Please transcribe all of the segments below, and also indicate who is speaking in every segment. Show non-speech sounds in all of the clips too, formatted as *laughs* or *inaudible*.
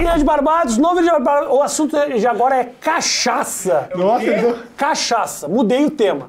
Speaker 1: Ilha de Barbados, novo Ilha de Barbados. O assunto de agora é cachaça.
Speaker 2: Nossa, então...
Speaker 1: Cachaça. Mudei o tema.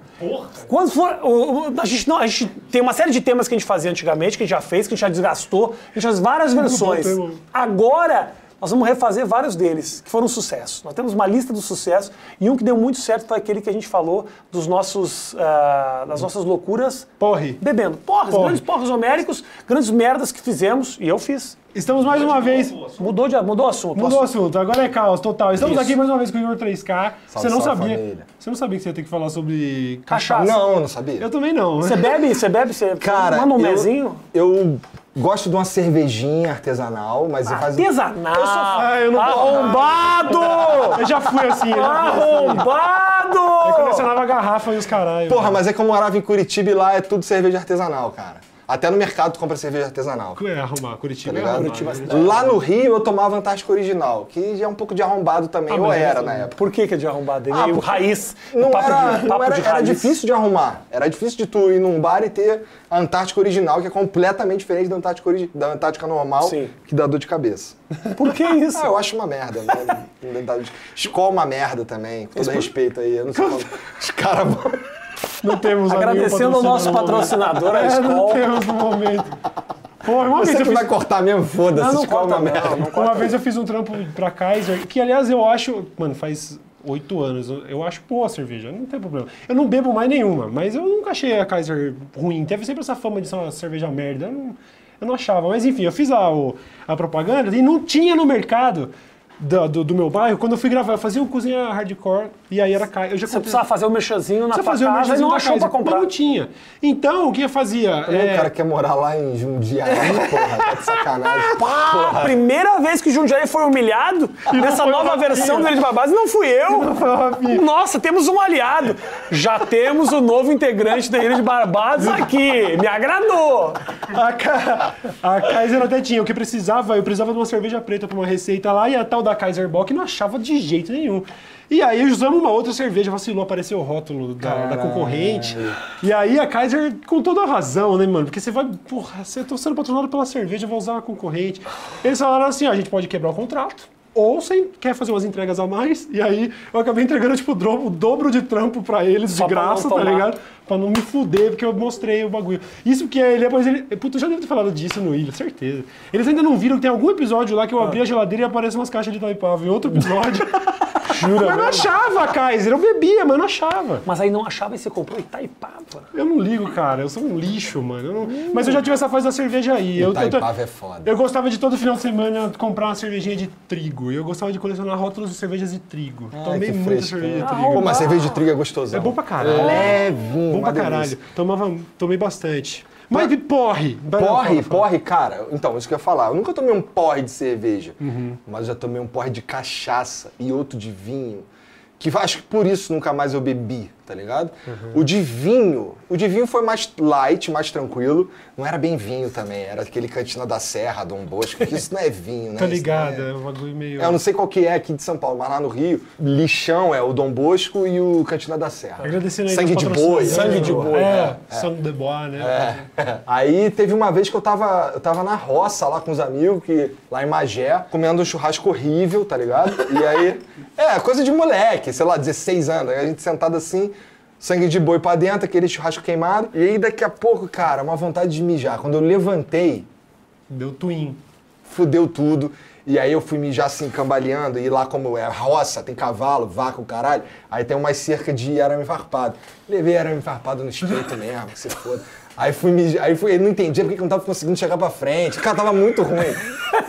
Speaker 1: Quando for. o- o- a, gente não, a gente tem uma série de temas que a gente fazia antigamente, que a gente já fez, que a gente já desgastou, a gente faz várias versões.
Speaker 2: tema.
Speaker 1: Agora. Nós vamos refazer vários deles, que foram um sucesso. Nós temos uma lista dos sucessos, e um que deu muito certo foi aquele que a gente falou dos nossos, ah, das nossas loucuras
Speaker 2: Porre.
Speaker 1: bebendo. Porras,
Speaker 2: Porre.
Speaker 1: grandes porras homéricos, grandes merdas que fizemos, e eu fiz.
Speaker 2: Estamos mais uma vez.
Speaker 1: Mudou, de, mudou o assunto.
Speaker 2: Mudou o assunto, agora é caos total. Estamos
Speaker 3: Isso.
Speaker 2: aqui mais uma vez com o Igor 3K. você não
Speaker 3: salve,
Speaker 2: sabia.
Speaker 3: família.
Speaker 2: Você não sabia que você ia ter que falar sobre
Speaker 1: Cachaça.
Speaker 3: Não, eu não sabia.
Speaker 2: Eu também não.
Speaker 3: é
Speaker 1: Você bebe, você bebe, você
Speaker 3: Cara,
Speaker 1: manda um
Speaker 3: eu-
Speaker 1: mezinho.
Speaker 3: Eu gosto de uma cervejinha artesanal, mas eu faço.
Speaker 1: Artesanal.
Speaker 2: Ah, eu não
Speaker 1: Arrombado!
Speaker 2: Eu já fui assim, eu já fui assim. Eu
Speaker 1: Arrombado!
Speaker 2: colecionava garrafa e os caralho.
Speaker 3: Porra, mas é que eu morava em Curitiba e lá é tudo cerveja artesanal, cara. Até no mercado tu compra cerveja artesanal.
Speaker 2: Cu- É arrumar, Curitiba
Speaker 3: tá
Speaker 2: é
Speaker 3: ligado?
Speaker 2: arrumar.
Speaker 3: Lá no Rio eu tomava Antártica Original, que já é um pouco de arrombado
Speaker 1: Ah,
Speaker 3: também, ou
Speaker 2: mas
Speaker 3: era
Speaker 2: isso-
Speaker 3: na época.
Speaker 1: Por que que é de arrombado? Ele
Speaker 3: Ah,
Speaker 1: é o
Speaker 3: porque-
Speaker 1: raiz.
Speaker 3: Não
Speaker 1: papo
Speaker 3: era,
Speaker 1: de,
Speaker 3: não
Speaker 1: papo
Speaker 3: era,
Speaker 1: de
Speaker 3: era
Speaker 1: raiz.
Speaker 3: difícil de arrumar. Era difícil de tu ir num bar e ter a Antártica Original, que é completamente diferente da Antártica, origi- da Antártica normal,
Speaker 1: Sim.
Speaker 3: que dá dor de cabeça.
Speaker 1: Por que isso?
Speaker 3: Ah, eu acho uma merda.
Speaker 2: *laughs*
Speaker 3: Né? Não dá- Skol é uma merda também, com todo respeito aí. Eu não sei como... Os caras vão...
Speaker 2: Não temos amigo
Speaker 1: Agradecendo ao nosso patrocinador, a
Speaker 2: É, não
Speaker 1: escola.
Speaker 2: temos no momento. Porra, uma vez
Speaker 3: Você
Speaker 2: eu
Speaker 3: que
Speaker 2: fiz
Speaker 3: vai cortar mesmo, foda-se.
Speaker 1: não
Speaker 3: Skol é uma
Speaker 1: corta,
Speaker 3: merda.
Speaker 1: não, não
Speaker 2: Uma
Speaker 1: corta.
Speaker 2: vez eu fiz um trampo pra Kaiser, que aliás eu acho. Mano, faz oito anos. Eu acho boa a cerveja, não tem problema. Eu não bebo mais nenhuma, mas eu nunca achei a Kaiser ruim. Teve sempre essa fama de ser uma cerveja merda. Eu não, eu não achava. Mas enfim, eu fiz a, o- a propaganda e não tinha no mercado. da- Do, do meu bairro, quando eu fui gravar, eu fazia um cozinha hardcore e aí era Kaiser. Eu já
Speaker 1: Você precisava fazer o mexanzinho na tua
Speaker 3: um
Speaker 2: fazer
Speaker 1: casa e não achou pra comprar.
Speaker 2: Não tinha. Então, o que eu fazia?
Speaker 3: O
Speaker 2: É,
Speaker 3: cara quer morar lá em Jundiaí, porra, tá de sacanagem.
Speaker 1: A primeira vez que Jundiaí foi humilhado nessa
Speaker 2: foi o
Speaker 1: nova
Speaker 2: Rafinha.
Speaker 1: versão do Ilha de Barbados não fui eu.
Speaker 2: foi o Rafinha.
Speaker 1: Nossa, temos um aliado. Já temos o novo integrante da Ilha de Barbados aqui. Me agradou.
Speaker 2: *laughs* A, Ka- a Kaiser até tinha. O que precisava, eu precisava de uma cerveja preta pra uma receita lá e a tal da Kaiser Bock não achava de jeito nenhum. E aí usamos uma outra cerveja, vacilou, apareceu o rótulo da, da concorrente. E aí a Kaiser, com toda a razão, né, mano? Porque você vai, porra, você tô sendo patrocinado pela cerveja, eu vou usar a concorrente. Eles falaram assim, ó, a gente pode quebrar o contrato. Ou você quer fazer umas entregas a mais, e aí eu acabei entregando, tipo, o dro- o dobro de trampo pra eles,
Speaker 1: Só
Speaker 2: de
Speaker 1: pra um não
Speaker 2: graça, tá
Speaker 1: tomar.
Speaker 2: ligado? Pra não me fuder, porque eu mostrei o bagulho. Isso que é, ele depois ele. Puta, eu já devo ter falado disso no Ilha, certeza. Eles ainda não viram que tem algum episódio lá que eu abri a geladeira e aparecem umas caixas de Taipava. Em outro episódio. *laughs* Jura? Mas eu não achava, Kaiser. Eu bebia, mas eu não achava.
Speaker 1: Mas aí não achava e você comprou Itaipava.
Speaker 2: Eu não ligo, cara. Eu sou um lixo, mano. Eu não- Mas eu já tive essa fase da cerveja aí. Eu, eu,
Speaker 3: Itaipava é foda.
Speaker 2: eu gostava de todo final de semana comprar uma cervejinha de trigo. E eu gostava de colecionar rótulos de cervejas de trigo. Tomei
Speaker 3: Ah, que
Speaker 2: muita
Speaker 3: fresco.
Speaker 2: cerveja de
Speaker 3: Ah,
Speaker 2: trigo.
Speaker 3: Pô, mas cerveja de trigo é gostosão.
Speaker 2: É bom pra caralho.
Speaker 3: Levinho,
Speaker 2: Bom
Speaker 3: uma
Speaker 2: pra caralho.
Speaker 3: delícia.
Speaker 2: Tomava, tomei bastante. Mas de porre.
Speaker 3: Porre, porre, cara. Então, isso que eu ia falar. Eu nunca tomei um porre de cerveja,
Speaker 2: Uhum.
Speaker 3: mas eu já tomei um porre de cachaça e outro de vinho. Que acho que por isso nunca mais eu bebi, tá ligado?
Speaker 2: Uhum.
Speaker 3: O de vinho, o de vinho foi mais light, mais tranquilo. Não era bem vinho também, era aquele cantina da Serra, Dom Bosco, que isso não é
Speaker 2: *laughs*
Speaker 3: vinho, né?
Speaker 2: Tá
Speaker 3: Isso
Speaker 2: ligado?
Speaker 3: não é-
Speaker 2: É um bagulho meio.
Speaker 3: É, eu não sei qual que é aqui de São Paulo, mas lá no Rio, lixão é o Dom Bosco e o Cantina da Serra.
Speaker 2: Agradecendo aí
Speaker 3: Sangue
Speaker 2: aos
Speaker 3: de boi.
Speaker 2: patrocinadores.
Speaker 1: sangue de boi,
Speaker 2: É, sangue de boi, né?
Speaker 3: É. Aí teve uma vez que eu tava, eu tava na roça lá com os amigos, que, lá em Magé, comendo um churrasco horrível, tá ligado? E aí, *laughs* é, coisa de moleque, sei lá, 16 anos. Aí A gente sentado assim, sangue de boi pra dentro, aquele churrasco queimado. E aí daqui a pouco, cara, uma vontade de mijar. Quando eu levantei,
Speaker 2: Deu twin.
Speaker 3: fudeu tudo. E aí eu fui mijar assim, cambaleando, e lá como é roça, tem cavalo, vaca, o caralho, aí tem uma cerca de arame farpado. Levei arame farpado no peito mesmo, que se foda. Aí fui mijar, aí fui, eu não entendia porque que eu não tava conseguindo chegar pra frente. Cara, tava muito ruim.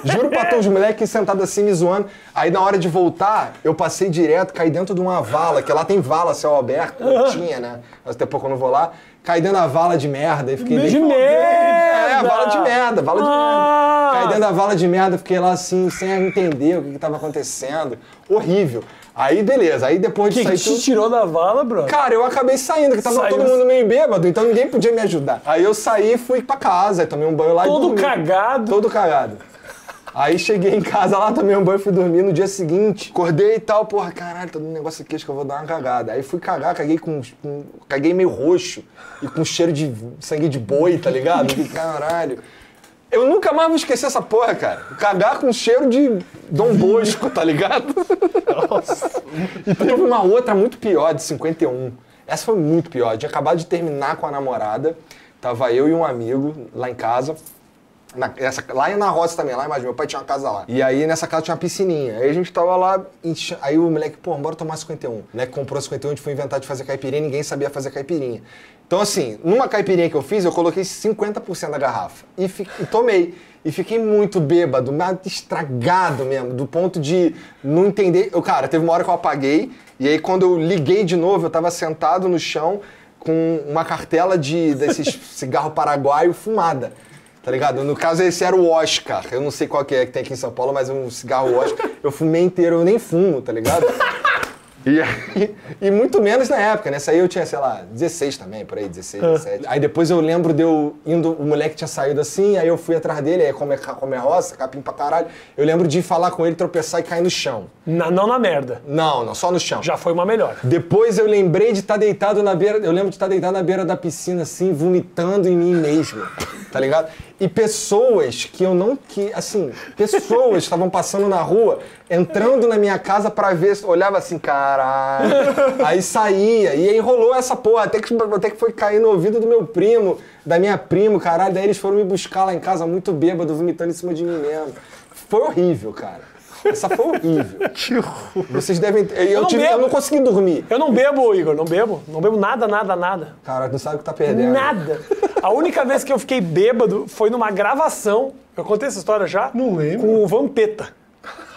Speaker 3: Juro pra todos os moleques sentados assim me zoando. Aí na hora de voltar, eu passei direto, caí dentro de uma vala, que lá tem vala, céu aberto, não tinha, né? Mas até pouco eu não vou lá. Caí dentro da vala de merda e fiquei
Speaker 1: De
Speaker 3: meio- É,
Speaker 1: merda!
Speaker 3: vala de merda, vala de
Speaker 1: Ah!
Speaker 3: merda. Caí dentro da vala de merda, fiquei lá assim, sem entender o que, que tava acontecendo. Horrível. Aí, beleza. Aí depois
Speaker 1: Que
Speaker 3: de
Speaker 1: que
Speaker 3: sair
Speaker 1: te
Speaker 3: tudo.
Speaker 1: tirou da vala, bro?
Speaker 3: Cara, eu acabei saindo, que tava
Speaker 1: Saiu-
Speaker 3: todo mundo meio bêbado, então ninguém podia me ajudar. Aí eu saí, fui pra casa, aí tomei um banho lá e
Speaker 1: Todo
Speaker 3: dormi.
Speaker 1: cagado.
Speaker 3: Todo cagado. Aí cheguei em casa lá, tomei um banho, fui dormir no dia seguinte. Acordei e tal, porra, caralho, todo um negócio aqui, acho que eu vou dar uma cagada. Aí fui cagar, caguei com, com- Caguei meio roxo e com cheiro de sangue de boi, tá ligado? Fiquei, caralho. Eu nunca mais vou esquecer essa porra, cara. Cagar com cheiro de Dom Bosco, tá ligado? E teve uma outra muito pior, de 51. Essa foi muito pior. Eu tinha acabado de terminar com a namorada. Tava eu e um amigo lá em casa. Na, essa, lá na roça também, lá imagina, meu pai tinha uma casa lá. E aí nessa casa tinha uma piscininha. Aí a gente tava lá, enche- aí o moleque, pô, bora tomar 51. O moleque né? comprou 51, a gente foi inventar de fazer caipirinha, ninguém sabia fazer caipirinha. Então assim, numa caipirinha que eu fiz, eu coloquei 50% da garrafa. E, fi- e tomei. E fiquei muito bêbado, mas estragado mesmo, do ponto de não entender. Eu, cara, teve uma hora que eu apaguei, e aí quando eu liguei de novo, eu tava sentado no chão com uma cartela de desses cigarro paraguaio fumada. Tá ligado? No caso, esse era o Oscar. Eu não sei qual que é que tem aqui em São Paulo, mas é um cigarro Oscar. Eu fumei inteiro, eu nem fumo, tá ligado? E, aí- *laughs* e muito menos na época, né? Aí eu tinha, sei lá, 16 também, por aí, 16, 17. Aí depois eu lembro de eu indo, o moleque tinha saído assim, aí eu fui atrás dele, aí como é, ca- como é roça, capim pra caralho. Eu lembro de falar com ele, tropeçar e cair no chão.
Speaker 1: Na- não na merda.
Speaker 3: Não, não, só no chão.
Speaker 1: Já foi uma melhor.
Speaker 3: Depois eu lembrei de estar deitado na beira. Eu lembro de estar deitado na beira da piscina, assim, vomitando em mim mesmo. Tá ligado? E pessoas que eu não. que Assim, pessoas estavam passando na rua, entrando na minha casa pra ver. Olhava assim, caralho. Aí saía. E aí rolou essa porra. Até que, até que foi cair no ouvido do meu primo, da minha primo, caralho. Daí eles foram me buscar lá em casa, muito bêbado, vomitando em cima de mim mesmo. Foi horrível, cara. Essa foi horrível. Vocês devem. Eu,
Speaker 1: não
Speaker 3: tive- eu
Speaker 1: bebo.
Speaker 3: não consegui dormir.
Speaker 1: Eu não bebo, Igor, não bebo. Não bebo nada, nada, nada.
Speaker 3: Cara, não sabe o que tá perdendo.
Speaker 1: Nada. A única vez que eu fiquei bêbado foi numa gravação. Eu contei essa história já?
Speaker 2: Não lembro.
Speaker 1: Com o Vampeta.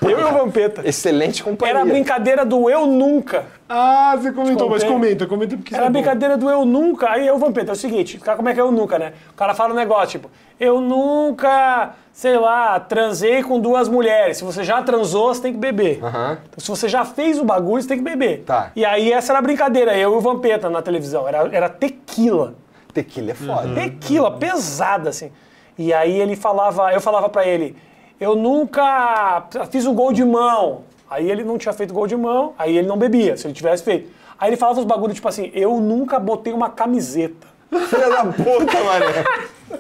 Speaker 1: Eu e o Vampeta.
Speaker 3: Excelente companhia.
Speaker 1: Era a brincadeira do Eu Nunca.
Speaker 2: Ah, você comentou,
Speaker 1: Contei.
Speaker 2: mas comenta, comenta porque
Speaker 1: Era a
Speaker 2: isso é bom.
Speaker 1: brincadeira do Eu Nunca. Aí eu, Vampeta, é o seguinte, cara, como é que é Eu Nunca, né? O cara fala um negócio, tipo, eu nunca, sei lá, transei com duas mulheres. Se você já transou, você tem que beber.
Speaker 3: Aham.
Speaker 1: Então, se você já fez o bagulho, você tem que beber.
Speaker 3: Tá.
Speaker 1: E aí essa era a brincadeira, eu e o Vampeta na televisão. Era, era tequila.
Speaker 3: Tequila é foda.
Speaker 1: Uhum. Tequila, pesada, assim. E aí ele falava, eu falava pra ele, eu nunca fiz um gol de mão. Aí ele não tinha feito gol de mão, aí ele não bebia, se ele tivesse feito. Aí ele falava uns bagulho tipo assim, eu nunca botei uma camiseta.
Speaker 3: *laughs* Filha da puta, mané.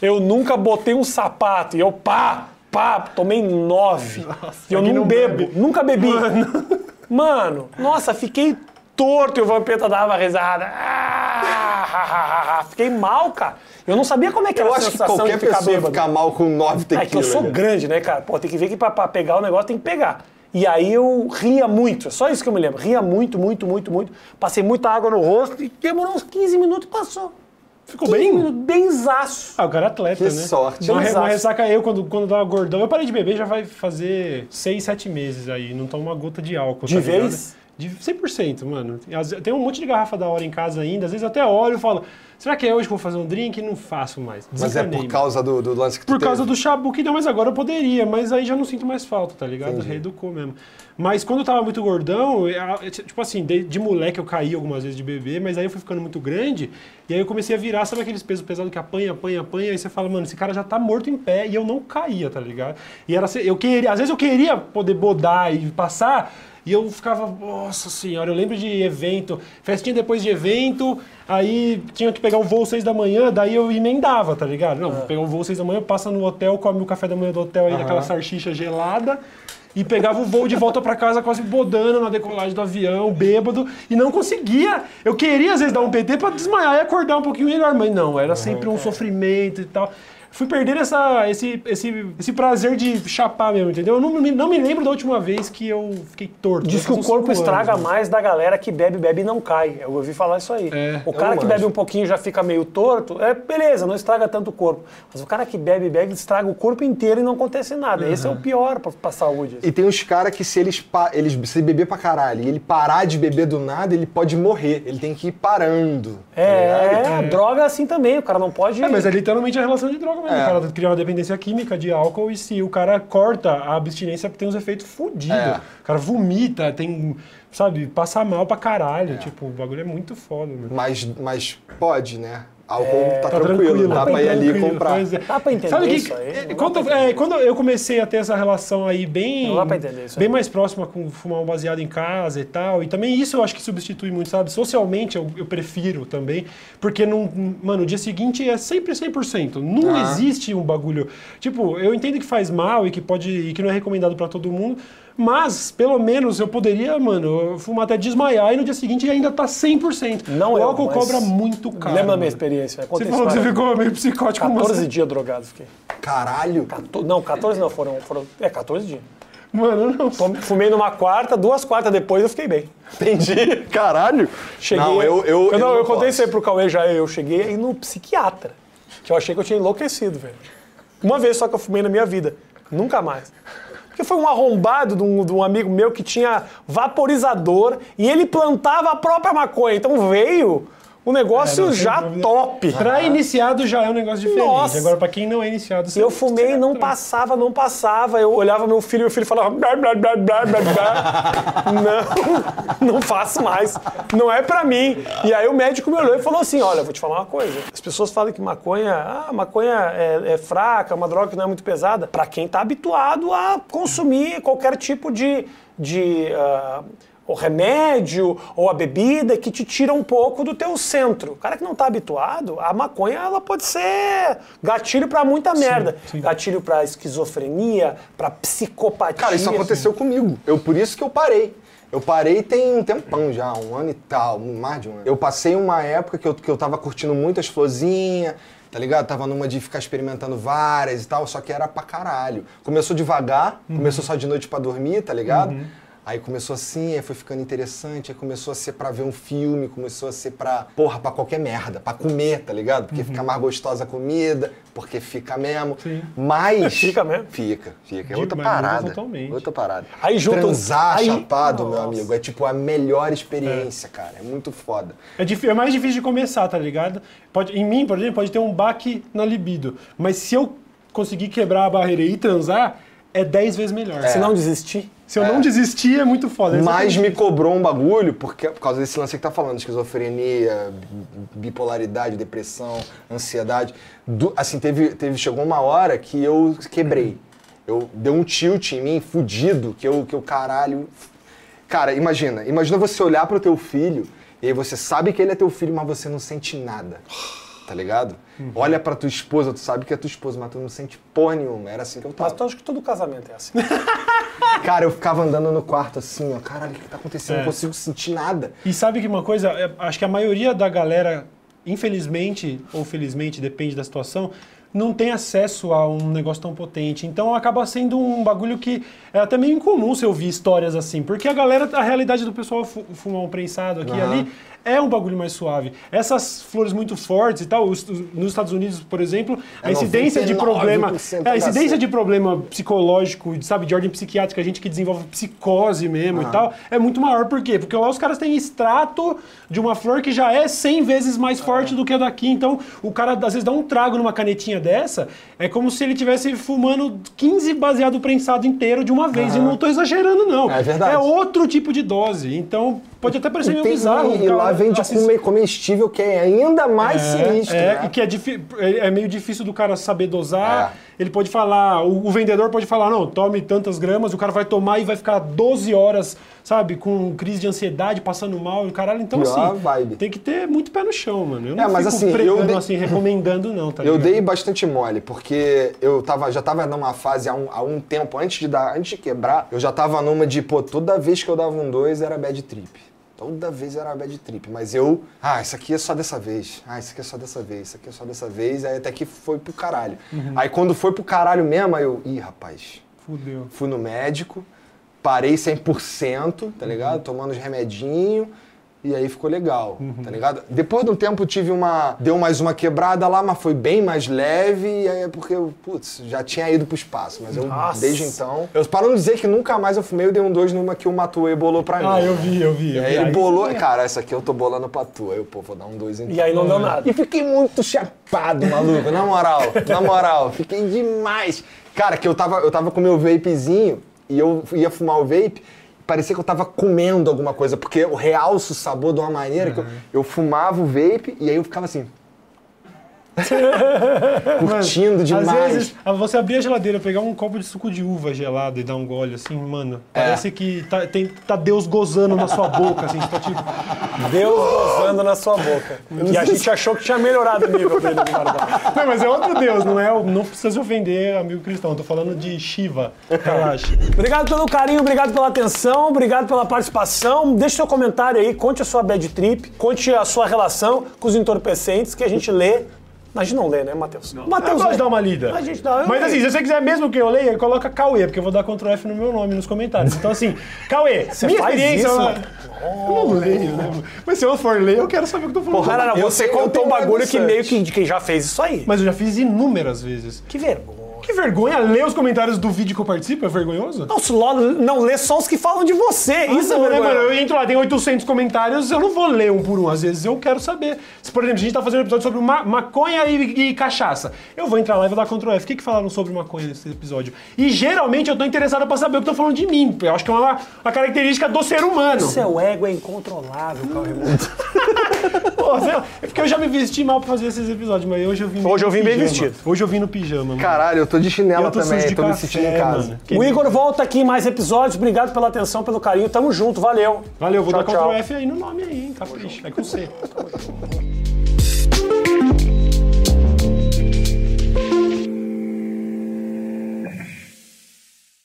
Speaker 1: Eu nunca botei um sapato. E eu pá, pá, tomei nove. e
Speaker 3: é
Speaker 1: eu
Speaker 2: quem
Speaker 1: não,
Speaker 2: não
Speaker 1: bebo,
Speaker 2: bebe?
Speaker 1: nunca bebi. Mano. nossa, fiquei torto e o Vampeta dava risada. Ah, ha, ha, ha, ha. fiquei mal, cara. Eu não sabia como é que
Speaker 3: Eu
Speaker 1: era a
Speaker 3: acho que
Speaker 1: sensação
Speaker 3: qualquer
Speaker 1: de ficar
Speaker 3: pessoa
Speaker 1: bêbado.
Speaker 3: ficar mal com nove tequila.
Speaker 1: É que eu sou
Speaker 3: né?
Speaker 1: grande, né, cara? Pô, tem que ver que pra, pra pegar o negócio tem que pegar. E aí eu ria muito, é só isso que eu me lembro. Ria muito, muito, muito, muito. Passei muita água no rosto e demorou uns 15 minutos e passou.
Speaker 2: Ficou
Speaker 1: 15
Speaker 2: bem?
Speaker 1: minutos, benzaço.
Speaker 2: Ah, o cara é atleta,
Speaker 3: Que
Speaker 2: né?
Speaker 3: sorte.
Speaker 2: Uma, re-
Speaker 1: Exato.
Speaker 2: uma ressaca eu, quando, quando dava gordão, eu parei de beber já vai fazer 6, 7 meses aí. Não tomo uma gota de álcool.
Speaker 1: De
Speaker 2: tá ligado?
Speaker 1: vez?
Speaker 2: De 100%, mano. Às- Tem um monte de garrafa da hora em casa ainda. Às vezes eu até olho e falo, será que é hoje que eu vou fazer um drink? E Não faço mais.
Speaker 3: Mas é
Speaker 2: Desencanei,
Speaker 3: por causa do, do lance que tu
Speaker 2: Por causa
Speaker 3: teve.
Speaker 2: do chabu que deu, mas agora eu poderia, mas aí já não sinto mais falta, tá ligado? Reeducou mesmo. Mas quando eu tava muito gordão, eu- eu- tipo assim, de, de moleque eu caí algumas vezes de bebê, mas aí eu fui ficando muito grande, e aí eu comecei a virar, sabe aqueles pesos pesados que apanha, apanha, apanha, aí você fala, mano, esse cara já tá morto em pé, e eu não caía, tá ligado? E era, assim, eu queria, às vezes eu queria poder bodar e passar, e eu ficava, nossa senhora, eu lembro de evento, festinha depois de evento, aí tinha que pegar o voo seis da manhã, daí eu emendava, tá ligado? Não, vou pegar o voo seis da manhã, passa no hotel, come o café da manhã do hotel aí, daquela sarchicha gelada, e pegava o voo de volta pra casa quase bodando na decolagem do avião, bêbado, e não conseguia. Eu queria às vezes dar um PT pra desmaiar e acordar um pouquinho melhor, mas não, era sempre um sofrimento e tal. Fui perder essa, esse, esse, esse prazer de chapar mesmo, entendeu? Eu não, me- não me lembro da última vez que eu fiquei torto.
Speaker 1: Diz
Speaker 2: Deve
Speaker 1: que o
Speaker 2: fazer uns
Speaker 1: corpo
Speaker 2: cinco
Speaker 1: estraga
Speaker 2: anos, É né?
Speaker 1: mais da galera que bebe, bebe e não cai. Eu ouvi falar isso aí.
Speaker 2: É,
Speaker 1: o cara
Speaker 3: eu
Speaker 1: que
Speaker 3: acho.
Speaker 1: bebe um pouquinho já fica meio torto, é beleza, não estraga tanto o corpo. Mas o cara que bebe, bebe, estraga o corpo inteiro e não acontece nada. Esse é o pior pra, pra saúde. assim.
Speaker 3: E tem uns caras que se eles, pa- eles se beber pra caralho e ele parar de beber do nada, ele pode morrer. Ele tem que ir parando. tá ligado?
Speaker 1: É, droga é assim também, o cara não pode.
Speaker 2: É, mas é literalmente a relação de droga mesmo.
Speaker 3: É.
Speaker 2: O cara cria uma dependência química de álcool e se o cara corta a abstinência, tem uns efeitos fodidos.
Speaker 3: É.
Speaker 2: O cara vomita, tem, sabe, passa mal pra caralho. Tipo, o bagulho é muito é foda, meu.
Speaker 3: Mas, mas pode, né? Álcool
Speaker 1: É,
Speaker 3: tá, tranquilo, dá
Speaker 2: bem
Speaker 3: pra ir ali
Speaker 2: tranquilo,
Speaker 3: comprar.
Speaker 2: pois é.
Speaker 1: Dá pra entender
Speaker 2: Sabe que,
Speaker 1: isso aí?
Speaker 2: é,
Speaker 1: Não dá
Speaker 2: Quando,
Speaker 1: pra entender.
Speaker 2: é, quando eu comecei a ter essa relação aí bem,
Speaker 1: Não dá pra entender isso
Speaker 2: bem
Speaker 1: aí.
Speaker 2: mais próxima com fumar um baseado em casa e tal, e também isso eu acho que substitui muito, sabe? Socialmente eu, eu prefiro também, porque, não, mano, o dia seguinte é sempre 100%. Não
Speaker 3: Ah.
Speaker 2: existe um bagulho... Tipo, eu entendo que faz mal e que, pode, e que não é recomendado pra todo mundo, mas, pelo menos, eu poderia, mano, fumar até desmaiar e no dia seguinte ainda tá 100%.
Speaker 1: Não
Speaker 2: o
Speaker 1: eu,
Speaker 2: álcool
Speaker 1: mas-
Speaker 2: cobra muito caro.
Speaker 1: Lembra da minha
Speaker 2: mano.
Speaker 1: experiência? Conta
Speaker 2: Você
Speaker 1: a
Speaker 2: falou que você
Speaker 1: história.
Speaker 2: ficou meio psicótico. mas-
Speaker 1: 14 dias drogado fiquei.
Speaker 3: Caralho. *laughs*
Speaker 1: Cato- Não, 14 não, foram, foram. É, 14 dias.
Speaker 2: Mano, eu não.
Speaker 1: Tom- Fumei numa quarta, duas quartas depois eu fiquei bem.
Speaker 3: Entendi. Caralho.
Speaker 1: Cheguei.
Speaker 3: Não, eu. eu,
Speaker 1: não, eu contei
Speaker 3: posso.
Speaker 1: isso aí pro Cauê já, eu cheguei aí no psiquiatra. Que eu achei que eu tinha enlouquecido, velho. Uma vez só que eu fumei na minha vida. Nunca mais. Porque foi um arrombado de um, de um amigo meu que tinha vaporizador e ele plantava a própria maconha. Então veio o negócio
Speaker 2: É, não, sem
Speaker 1: já
Speaker 2: dúvida.
Speaker 1: top.
Speaker 2: Pra iniciado já é um negócio diferente.
Speaker 1: Nossa.
Speaker 2: Agora, pra quem não é iniciado, você
Speaker 1: Eu fumei, não
Speaker 2: passa.
Speaker 1: passava, não passava. Eu olhava meu filho e meu filho falava. Blá, blá, blá, blá, blá, blá. Não, *laughs* não faço mais. Não é pra mim. E aí o médico me olhou e falou assim: Olha, eu vou te falar uma coisa. As pessoas falam que maconha, ah, maconha é, é fraca, é uma droga que não é muito pesada. Pra quem tá habituado a consumir qualquer tipo de. de ah, o remédio ou a bebida que te tira um pouco do teu centro. O cara que não tá habituado, a maconha ela pode ser gatilho pra muita merda. Gatilho pra esquizofrenia, pra psicopatia.
Speaker 3: Cara, isso aconteceu comigo. Eu, por isso que eu parei. Eu parei tem um tempão já, um ano e tal, mais de um ano. Eu passei uma época que eu, que eu tava curtindo muitas florzinhas, tá ligado? Tava numa de ficar experimentando várias e tal, só que era pra caralho. Começou devagar,
Speaker 1: Uhum.
Speaker 3: começou só de noite pra dormir, tá ligado? Aí começou assim, aí foi ficando interessante, aí começou a ser pra ver um filme, começou a ser pra, porra, pra qualquer merda, pra comer, tá ligado?
Speaker 1: Uhum.
Speaker 3: Porque fica mais gostosa a comida, porque fica mesmo.
Speaker 1: *laughs*
Speaker 3: Mas.
Speaker 1: Fica mesmo?
Speaker 3: Fica, fica. É outra
Speaker 2: Demais, muda
Speaker 3: parada.
Speaker 2: totalmente.
Speaker 3: Outra parada.
Speaker 1: Aí junta um-
Speaker 3: Transar
Speaker 1: aí-
Speaker 3: chapado, meu
Speaker 1: Nossa.
Speaker 3: amigo, é tipo a melhor experiência, cara. É muito foda.
Speaker 2: É, dif- é mais difícil de começar, tá ligado? Pode, em mim, por exemplo, pode ter um baque na libido. Mas se eu conseguir quebrar a barreira e transar, é 10 vezes melhor.
Speaker 1: Se não desistir.
Speaker 2: Se eu não desistir, é muito foda. É
Speaker 3: Mas
Speaker 2: exatamente
Speaker 3: me cobrou um bagulho porque, por causa desse lance que tá falando, esquizofrenia, bi- bipolaridade, depressão, ansiedade. Du- assim, teve, teve, chegou uma hora que eu quebrei. Eu deu um tilt em mim, fudido, que eu, que eu caralho. Cara, imagina, imagina você olhar pro teu filho e aí você sabe que ele é teu filho, mas você não sente nada. Tá ligado? Olha pra tua esposa, tu sabe que é tua esposa, mas tu não sente porra nenhuma. Era assim que eu tava.
Speaker 1: Mas tu acha que todo casamento *laughs* é assim.
Speaker 3: Cara, eu ficava andando no quarto assim, ó. Caralho, o que tá acontecendo?
Speaker 2: É.
Speaker 3: Não consigo sentir nada.
Speaker 2: E sabe que uma coisa, É, acho que a maioria da galera, infelizmente ou felizmente, depende da situação, não tem acesso a um negócio tão potente. Então acaba sendo um bagulho que é até meio incomum você ouvir histórias assim, porque a galera, a realidade do pessoal fu- fumar um prensado aqui e
Speaker 3: Aham.
Speaker 2: ali é um bagulho mais suave. Essas flores muito fortes e tal, os- os- nos Estados Unidos, por exemplo, a
Speaker 3: É
Speaker 2: incidência de problema,
Speaker 3: 99%
Speaker 2: é, a
Speaker 3: da
Speaker 2: incidência
Speaker 3: ação.
Speaker 2: de problema psicológico, de, sabe, de ordem psiquiátrica, gente que desenvolve psicose mesmo e tal, é muito maior. Por quê? Porque lá os caras têm extrato de uma flor que já é 100 vezes mais forte do que a daqui. Então, o cara às vezes dá um trago numa canetinha dessa, é como se ele tivesse fumando 15 baseado prensado inteiro de uma vez. E não tô exagerando, não.
Speaker 3: É verdade.
Speaker 2: É outro tipo de dose. Então, pode até parecer meio
Speaker 3: Tem-
Speaker 2: bizarro.
Speaker 3: e
Speaker 2: o
Speaker 3: lá
Speaker 2: cara
Speaker 3: vende
Speaker 2: assistir-
Speaker 3: come- comestível, que é ainda mais sinistro.
Speaker 2: é,
Speaker 3: né?
Speaker 2: e que é, difi- é- é meio difícil do cara saber dosar.
Speaker 3: É.
Speaker 2: Ele pode falar, o, o vendedor pode falar, não, tome tantas gramas, o cara vai tomar e vai ficar 12 horas, sabe, com crise de ansiedade, passando mal, e o caralho. Então,
Speaker 3: Pior
Speaker 2: assim,
Speaker 3: vibe.
Speaker 2: tem que ter muito pé no chão, mano. Eu não
Speaker 3: É, mas,
Speaker 2: fico
Speaker 3: assim, eu
Speaker 2: pregando,
Speaker 3: dei-
Speaker 2: assim, recomendando não, tá
Speaker 3: *laughs* Eu
Speaker 2: ligado?
Speaker 3: dei bastante mole, porque eu tava, já tava numa fase há um, há um tempo, antes de dar, antes de quebrar, eu já tava numa de, pô, toda vez que eu dava um dois era bad trip. Toda vez era bad trip, mas eu, ah, isso aqui é só dessa vez, ah, isso aqui é só dessa vez, isso aqui é só dessa vez, aí até que foi pro caralho. Aí quando foi pro caralho mesmo, aí eu, ih, rapaz,
Speaker 2: Fudeu.
Speaker 3: fui no médico, parei 100%, tá ligado? Tomando os remedinhos. E aí ficou legal, tá ligado? Depois de um tempo tive uma. Deu mais uma quebrada lá, mas foi bem mais leve. E aí é porque eu, putz, já tinha ido pro espaço. Mas eu,
Speaker 1: Nossa.
Speaker 3: desde então. Eu, para não dizer que nunca mais eu fumei, eu dei um dois numa que o Matuê bolou pra mim.
Speaker 2: Ah, eu vi, eu vi.
Speaker 3: E
Speaker 2: eu vi.
Speaker 3: aí É, ele
Speaker 2: Aí-
Speaker 3: bolou. Cara, essa aqui eu tô bolando pra tu. Aí eu, pô, vou dar um dois então.
Speaker 1: E aí não deu nada.
Speaker 3: E fiquei muito chapado, maluco. Na moral, na moral. Fiquei demais. Cara, que eu tava, eu tava com meu vapezinho e eu ia fumar o vape. Parecia que eu tava comendo alguma coisa,
Speaker 2: Uhum. *laughs*
Speaker 3: porque eu realço o sabor de uma maneira que eu, eu fumava o vape e aí eu ficava assim. Curtindo
Speaker 2: Às
Speaker 3: demais.
Speaker 2: vezes, a- você abrir a geladeira, pegar um copo de suco de uva gelado e dar um gole, assim, mano,
Speaker 3: É.
Speaker 2: parece que tá, tem- tá Deus gozando na sua boca, assim, você tá tipo...
Speaker 1: Deus gozando na sua boca. E a gente achou que tinha melhorado o nível dele do Marvel.
Speaker 2: Não, mas é outro Deus, não é? o- Não precisa se ofender, amigo cristão, eu tô falando de Shiva,
Speaker 1: *laughs*
Speaker 2: relaxa.
Speaker 1: Obrigado pelo carinho, obrigado pela atenção, obrigado pela participação. Deixe seu comentário aí, conte a sua bad trip, conte a sua relação com os entorpecentes que a gente lê. Mas a gente não lê, né, Matheus?
Speaker 2: Eu
Speaker 1: Matheus né?
Speaker 2: gosto de dar
Speaker 1: lê.
Speaker 2: uma lida.
Speaker 1: A gente dá, eu
Speaker 2: Mas
Speaker 1: leio.
Speaker 2: assim, se você quiser mesmo que eu leia, coloca Cauê, porque eu vou dar Ctrl F no meu nome nos comentários. Então assim, Cauê,
Speaker 1: *laughs* Você
Speaker 2: minha
Speaker 1: faz
Speaker 2: experiência...
Speaker 1: isso?
Speaker 2: Eu não leio, né? Mas se eu for ler, eu quero saber o que eu tô falando.
Speaker 1: Porra, Arara,
Speaker 3: Eu
Speaker 1: você
Speaker 3: tenho- eu
Speaker 1: contou
Speaker 3: tenho
Speaker 1: um bagulho que
Speaker 3: medo
Speaker 1: meio
Speaker 3: disso.
Speaker 1: que de quem já fez isso aí.
Speaker 2: Mas eu já fiz inúmeras vezes.
Speaker 1: Que vergonha.
Speaker 2: Que vergonha ler os comentários do vídeo que eu participo, é vergonhoso?
Speaker 1: Não, se lo- não lê só os que falam de você. isso
Speaker 2: não,
Speaker 1: é
Speaker 2: né,
Speaker 1: vergonha.
Speaker 2: mano? Eu entro lá, tem 800 comentários, eu não vou ler um por um. Às vezes eu quero saber. Se, por exemplo, a gente tá fazendo um episódio sobre ma- maconha e, e cachaça. Eu vou entrar lá e vou dar Ctrl F. O que, que falaram sobre maconha nesse episódio? E geralmente eu tô interessado pra saber o que estão falando de mim. Eu acho que é uma, uma característica do ser humano.
Speaker 1: Seu ego é incontrolável, Cauê Moura.
Speaker 2: Pô, sei lá, é porque eu já me vesti mal pra fazer esses episódios, mas hoje eu vim
Speaker 1: Hoje eu vim bem vestido.
Speaker 2: Hoje eu vim no pijama. mano.
Speaker 3: Caralho, eu tô de
Speaker 2: E
Speaker 3: chinela
Speaker 2: eu tô
Speaker 3: também,
Speaker 2: sujo de
Speaker 3: tô me
Speaker 2: café,
Speaker 3: sentindo em casa.
Speaker 2: mano.
Speaker 1: O Igor volta aqui em mais episódios. Obrigado pela atenção, pelo carinho. Tamo junto, valeu.
Speaker 2: Valeu, vou
Speaker 1: Tchau,
Speaker 2: dar
Speaker 1: tchau.
Speaker 2: Ctrl F aí no nome aí, hein? Capricho. É com C.